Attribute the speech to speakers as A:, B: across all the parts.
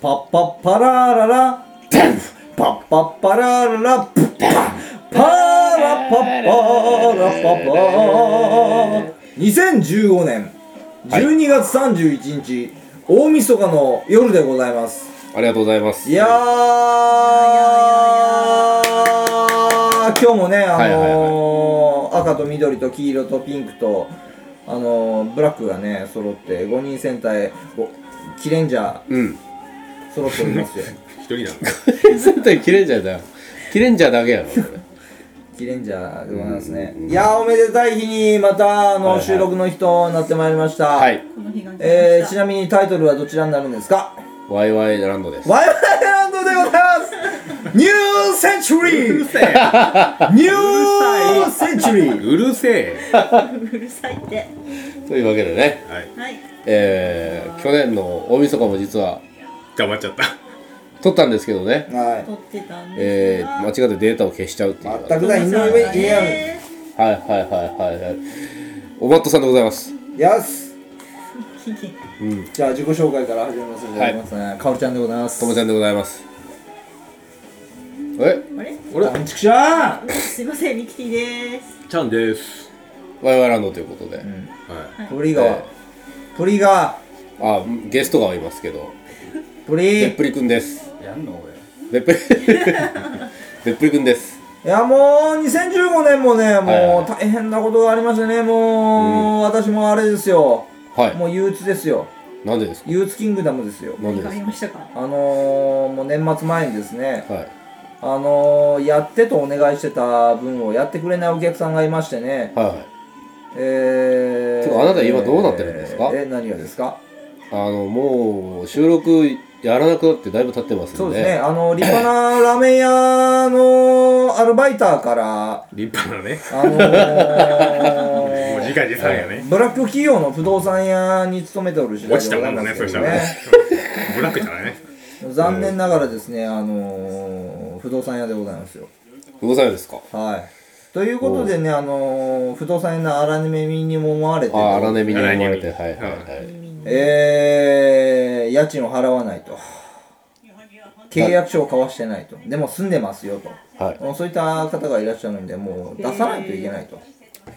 A: パッパッパラーララテンフパッパッパラーララプッパッパラパッパラパパー2015年12月31日、大晦日の夜でございます
B: ありがとうございます。
A: いやー今日もね、あのー
B: はいはい
A: 赤と緑と黄色とピンクと、あのーブラックがね、揃って、5人戦隊、おキレンジャー、
B: うん。
A: 揃っており ますよ。
B: 一人なの絶対キレンジャーだよ。キレンジャーだけやろ、これ。
A: キレンジャーでございますね。
B: うんうん
A: いやー、おめでたい日に、また、あの、
B: はいはい
A: 収録の日となってまいりました。
B: はい。
C: この日が来ました
A: えー、ちなみにタイトルはどちらになるんですか
B: ワイワイランドです。
A: ワイワイランドでございますニューセンチュリーニューセンチュリー
D: うるせえ。
C: うるさいって
B: というわけでね、
D: はい。
C: はい
B: えー、去年の大晦日も実は
D: 黙っちゃった。
B: 撮ったんですけどね、
A: はい
C: 撮ってたんで
B: え
C: す
B: ー、間
C: が、
B: 違ってデータを消しちゃうっていう。はい
A: 全くない井上
C: そうです
A: 家や
C: ね
B: はいはいはいはい。おばっとさんでございます。
A: やす
C: ひげ
B: うん。
A: じゃあ自己紹介から始めますじゃあ
B: はい
A: いきますねかおるちゃんでございます
B: ともちゃんでございます。え
C: あれ
A: 俺だんちくしゃ
C: すいませんミキティです
D: ちゃんです。
B: ワイワイランドということで。
D: は
A: 鳥が鳥が
B: あ、ゲストがいますけど、べっ
A: 鳥
B: ぷりくんです。
D: い。やんの
B: べ
D: 俺。
B: っぷり、 べっぷりくんです。
A: いやもう2015年もねも
B: は
A: う
B: い
A: 大変なことがありましてねもう私もあれですよ
B: は
A: もう憂鬱ですよ
B: い。なんでですか
A: 憂鬱キングダムですよ
B: なんでで
C: 何かあ
B: す
C: りましたか
A: あのー、もう年末前にですね
B: かはい。
A: あのー、やってとお願いしてた分をやってくれないお客さんがいましてね
B: はい。
A: え
B: ちょ
A: ー
B: っとあなた今どうなってるんですか
A: えー何がですか
B: あの、もう、収録やらなくなってだいぶ経ってますんで。
A: そうですね、あの、立派なラーメン屋のアルバイターから、
D: 立派なね。
A: あの
D: も う
A: ー、
D: 自画自賛やね。
A: ブラック企業の不動産屋に勤めておる次第
D: 落
A: で
D: ち
A: ござ
D: たも
A: い
D: ん
A: ま
D: だ
A: す
D: ね、
A: け
D: そし
A: ど
D: た
A: ね
D: らね。ブラックじゃないね。
A: 残念ながらですね、あのー、不動産屋でございますよ。
B: ございですか。
A: はい。ということでね、あのー、不動産屋の荒波にも思われて
B: あ、荒波に思われて、は
D: 荒
B: い
D: 波
B: はい
D: に
B: はい。
A: えー、家賃を払わないと。契約書を交わしてないと。でも住んでますよと。
B: はい。
A: そういった方がいらっしゃるんで、もう出さないといけないと。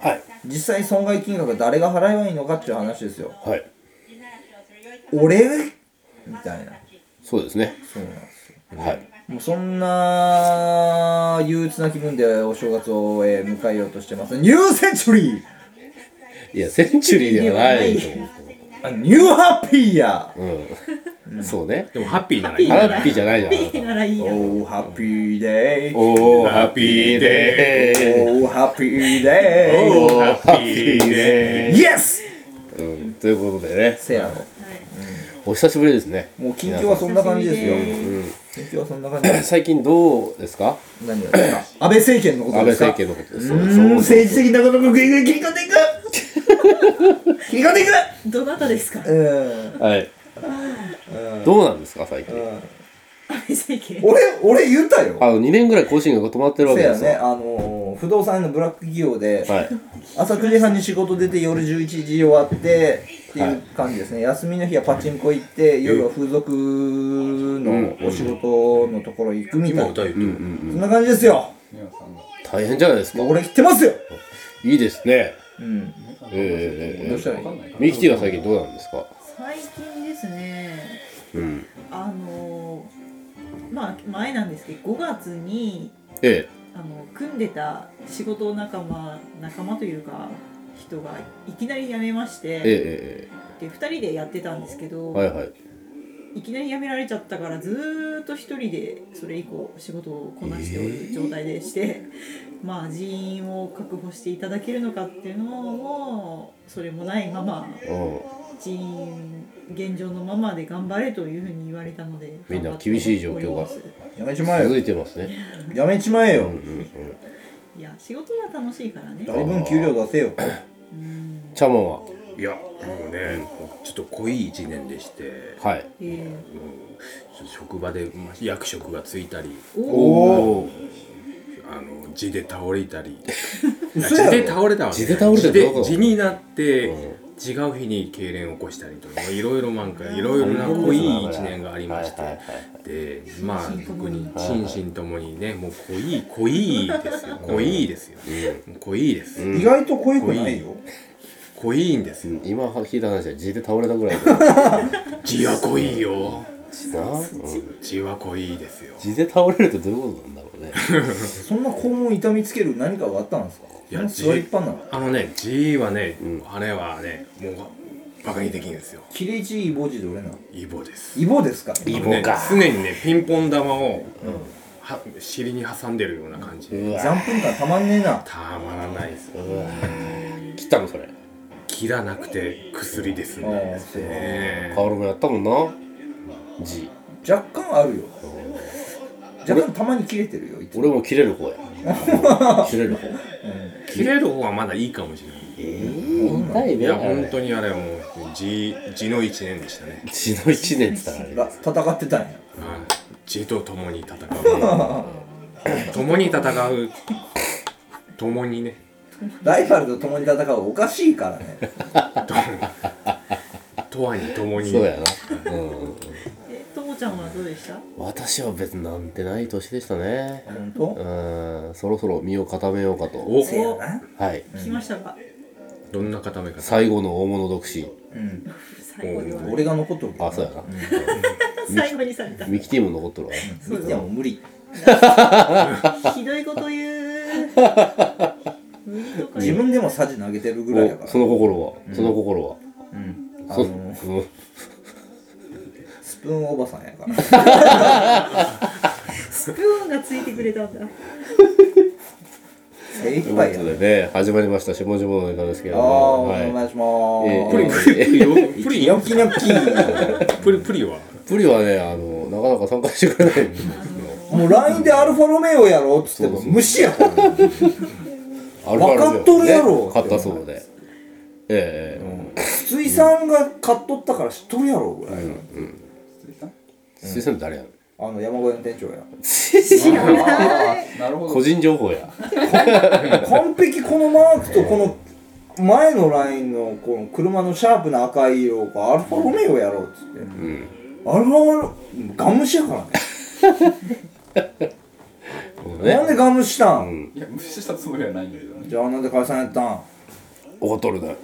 B: はい。
A: 実際損害金額誰が払えばいいのかっていう話ですよ。
B: はい。
A: 俺みたいな。
B: そうですね。
A: そうなんですよ。
B: はい。
A: もうそんな憂鬱な気分でお正月をえー迎えようとしてます。ニューセンチュリー
B: いや、センチュリーではないと思う
A: あニューハッピーや
B: うん。そうね。
D: でもハッピーじゃな
C: ピー
B: ハ
C: な
D: ね
C: ら
B: ッピーじゃないじゃん
C: ピーならいいや
A: おーハッピーデイお
B: おー、ハッピーデ
A: ーハッピーデイ
B: ー。おー、
D: ハッピーデ
A: イエス
B: ー。うん。ということでね、
A: せやろ。
B: お久しぶりですね。
A: もう近況はそんな感じですよ。近況はそんな感じ
B: 皆さん最近どうですか
A: 何がですか安倍政権のこ
B: 安
A: と
B: 倍
A: ですか
B: 政権のことです。そう
A: う
B: です
A: ーん、政治的なことをぐいぐい切り込んでいく切り込んでいく
C: どなたですか安
A: うん。
B: はい。どうなんですか、最近。
C: 倍政権
A: 俺、俺言ったよ。
B: あの、2年ぐらい更新が止まってるわ
A: せ
B: けで
A: や
B: す
A: ね、
B: よ。
A: あのー、不動産のブラック企業で、
B: はい。
A: 朝9時半に仕事出て夜11時終わってっていう感じですね、休みの日はパチンコ行って夜は風俗のお仕事のところ行くみたいな、
B: うんうん。
A: そんな感じですよ
B: 大変じゃないですか。
A: 俺切ってますよ、
B: いいですね。
A: うん、
B: え
A: ど
B: え
A: うしたらいい
B: ミキティは最近どうなんですか。
C: 最近ですね
B: うん。
C: あのー、まあ前なんですけど5月に
B: え
C: あの組んでた仕事仲間仲間というか人がいきなり辞めまし
B: ええ
C: て
B: ええ
C: で2人でやってたんですけど、
B: えはいはい。
C: いきなり辞められちゃったからずーっと一人でそれ以降仕事をこなしておる状態で して、まあ人員を確保していただけるのかっていうのもそれもないまま
B: うん。
C: 人員現状のままで頑張れというふうに言われたので
B: みんな厳しい状況が
C: 頑張っております
A: やめちまえ
B: 続
A: よ
B: いてますね。
A: やめちまえよ
B: うんうん。
C: いや仕事は楽しいからね
A: だいぶん給料出せよ
B: チャモンは。
D: ー。いや、もうね、ちょっと濃い一年でして、
B: はい。
C: え
D: ちょっと職場でまあ役職がついたり、
C: ー、お
B: おお。
D: あの地で倒れたり、
A: 嘘や
D: 地
A: ろ
D: で倒れたわけ
B: 地で倒れたってどういうこと
D: 地で地になって
B: う
D: 違う日に痙攣を起こしたりとかいろいろなんかいろいろな濃い一年がありまして、
B: はいはいはい
D: でまあ
C: 心身とも
D: 特
C: に
D: に心身ともにねもう濃い濃いですよ濃いですよ、もう濃いです、
A: 意外と濃いくないよ
D: 濃いんですよ
B: 今聞いた話は地で倒れたぐらいだよ
D: 字は濃いよ
B: 血な、うん、
D: 字は濃いですよ
B: 地で倒れるとどういうことなんだろうね
A: そんな肛門痛みつける何かがあったんですか
D: いや
A: もう座りっぱなの
D: あのね字はね、
B: ん
D: あれはねもうバカにできんですよ
A: キレイチイボジどれなの
D: イボです
A: イボですか
B: イボ
D: ね
B: か
D: 常にねピンポン玉を、は尻に挟んでるような感じで、
B: うわ
A: 残分感たまんねえな
D: たまらないです
B: うわ切ったのそれ
D: 切らなくて薬です
A: ああ
D: ね
A: そう
D: ね
B: 薫もやったもんな地
A: 若干あるよ若干たまに切れてるよいつも
B: 俺も切れる方や切れる方
D: 切れる方はまだいいかもしれない
B: えー、痛い
D: い
B: ね
D: や
B: あ
D: 本
B: れ
D: 当にあれはもう字字の一年でしたね
B: 血の一年って言ったらあれ
A: ら戦ってたんや
D: はい字と共に戦う共に戦う共にね
A: ライバルと共に戦うおかしいからね
D: とはに共に
B: そうやな、うん、
C: えともちゃんはどうでした
B: 私は別になんてない年でしたね
A: 本当
B: うんそろそろ身を固めようかと
D: お
A: せやな
B: はい
C: 来ましたか
D: どんな固め方
B: 最後の大物独身
A: うん
C: 最後では
A: 俺が残っとるけど
B: あそうやな
C: 最後にされた
B: ミキティも残っとるわ
C: そう
A: いやもう無理
C: ひどいこと言う無理とか
A: 自
C: 言う
A: 分でもサジ投げてるぐらいだか
B: お
A: ら
B: その心は、その心は
A: うんあ
B: そ
A: の
B: うん
A: スプーンおばさんやから
C: スプーンがついてくれたんだ
A: 精
B: とい
A: 一
B: うこ
A: 杯や
B: とでね始まりました下々の映画ですけれ
A: あ
B: ど
A: あ
B: も
A: お
B: はい
A: 願いします、
B: えー
D: プリプリプリよプリ
A: ニョキニョ
D: プリプリは
B: プリはねあのなかなか参加してくれない
A: キもう LINE でアルファロメオやろっつっても無視やからね
B: アルファロメオ
A: 分かっとるやろ
B: ね買ったそうでえええ
A: 筒井さんが買っとったから知っとるやろぐらいの、
B: え水産の誰やの
A: あの山小屋の店長や なるほ
B: 個人情報や
A: 完璧このマークとこの前のラインのこの車のシャープな赤い色がアルファロメオやろうっつって、アルファロガムシやからねなん
B: ね
A: でガムシしたん、
E: いや無視したつもりはないんだけどね
A: じゃあなんで解散やったん
B: 怒っとるで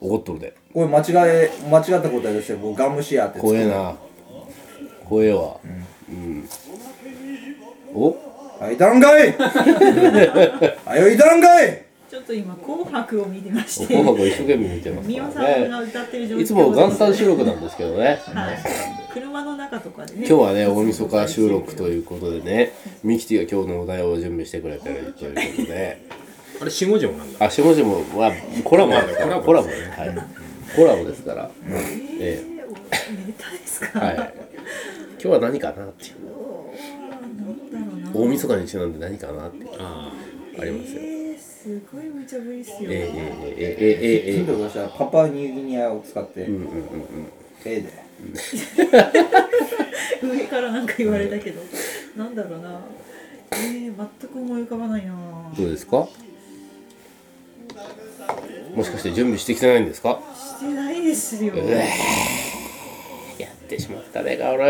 B: 怒っとるで
A: これ間違え間違った答えとして僕ガムシやって
B: 怖えな怖えわうんお
A: あいたんかいあよいたんかい
C: ちょっと今紅白を見てまして
B: 紅白を一生懸命見てます
C: 美
B: か
C: 桜
B: ら
C: さんが
B: ね
C: 歌ってる状況
B: いつも元旦収録なんですけどね
C: はい車の中とかでね
B: 今日はね大晦日収録ということでねミキティが今日のお題を準備してくれてるということで
D: あれ四五条なんだ
B: あしもじもはコラボですからコラボねはいコラボですから
C: え
B: え
C: ーネタですか、
B: えはい今日は何かなっていう
C: なんだろうな
B: 大晦日にちなんで何かなって
D: あ
B: ありますよ
C: えー、すごい無茶ぶりっすよ、
B: ええええええええ
A: ヒン
B: ええ
A: トとしてはパパニューギニアを使って、
B: うんうんうんうん
A: ええで
C: 上からなんか言われたけどなんだろうなえー、全く思い浮かばないな
B: どうですかもしかして準備してきてないんですか
C: してないですよ、
B: やってしまったねガオル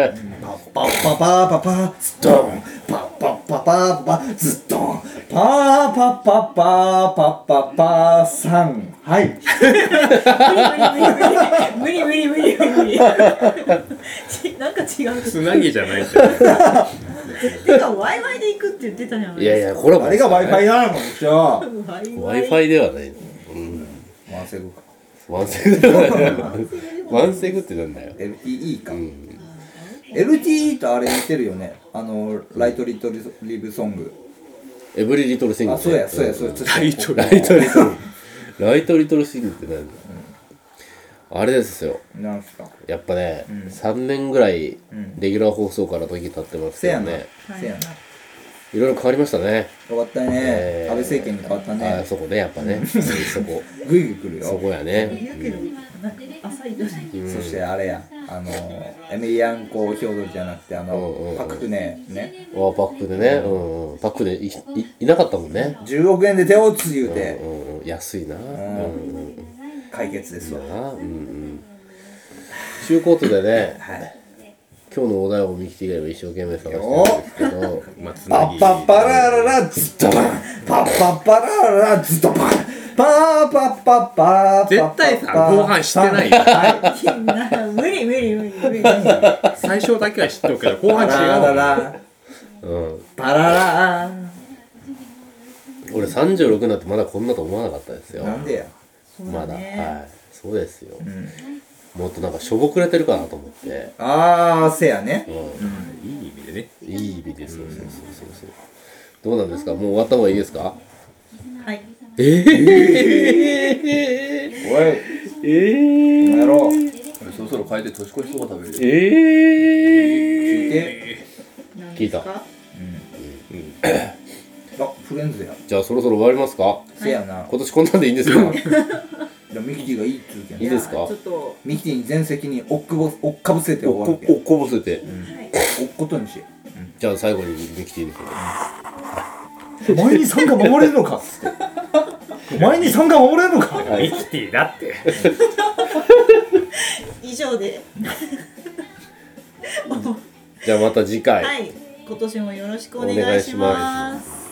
A: パッパパーパパーズドンパッパッパパーパーズドンパーパッパパーパッパパーさんはい
C: 無理無理無理無理無理無理無理なんか違う
D: あつなぎじゃないじゃん
C: てかワイワイで行くって言ってたじゃない
B: いやい
C: です
B: やコラボ
A: あ
B: で
A: れ
B: すか
A: が
B: ら
A: Wi-Fi なのじゃあ
C: かワイ
B: w i f i ではないの
A: 回せるか
B: ワンセグではないワンセグってなんだよ
A: LTE か、LTE とあれ似てるよねあのライトリトリブソング
B: エブリリトルシング
A: あそうやそうやそうや
D: タイトル
B: ライトリトルライトリトルシングって何だあれですよ
A: なんすか
B: やっぱね3年ぐらいレギュラー放送から時経ってます
A: せ
B: け
A: や
B: ど
A: な、
B: ね
A: せやな
B: いろいろ変わりましたね
A: 変わったね、
B: えー
A: 安倍政権に変わった
B: あ
A: ね
B: そこねやっぱねそこ
A: ぐいぐい来るよ
B: そこやね
C: だけどなんか浅いじゃない
A: そしてあれや、あのエミリアンコ・ヒョードルじゃなくて、あ
B: うんうんう
A: の
B: ん、
A: パククネね、
B: あパックでね、うんうん、パックでいいいなかったもんね。
A: 10億円で手をつゆうて、
B: うんうん、安いな、うんうん、
A: 解決ですわ
B: なうんうんということでね
A: はい
B: 今日のお題をミキティが一生懸命探してるんですけど
D: まあ、つ
A: パ
D: なぎ
A: ッパッパラララズッとパンパッパッパラララズッとパンパーパッパッパーパッパッパー
D: 絶対さ後半して ないよ
A: はい
C: な無理無理無理無理
D: 最初だけは知っとくけど後
A: パ
D: 半違
A: ララ
D: うもん
A: ラ
B: うん
A: パララー
B: 俺36になってまだこんなと思わなかったですよ
A: なんでや
C: そう
B: ま
C: だ
B: だは
C: ね
B: いそうですよ
A: ん
B: もっとなんかしょぼくれてるかなと思って
A: あーせやね
B: う
D: いい意味でね
B: んいい意味でそうそうそうそうそうどうなんですかもう終わった方がいいですか
C: はい
A: おいえやろう
E: そろそろ変えて年越しそば食べるよ
A: 聞いて
C: 何
B: 聞
C: で
B: い
C: す
B: た
C: か
A: あフレンズや
B: じゃあそろそろ終わりますか
A: せやな
B: 今年こんなんでいいんですか
A: じゃあミキティがいいっつうけん
B: いいですか
C: やちょっと
A: ミキティに全席におっくぼおっかぶせて
B: お
A: 終わ
B: こ
A: るけん
B: おこぼせて
C: はい
A: おっことにしよ
B: じゃあ最後にミキティに
A: う前に参加守れるのかっつって前に参加守れるのか
D: ミキティだって
C: 以上で
B: じゃあまた次回
C: はい今年もよろしくお願いし
B: お願いし
C: ます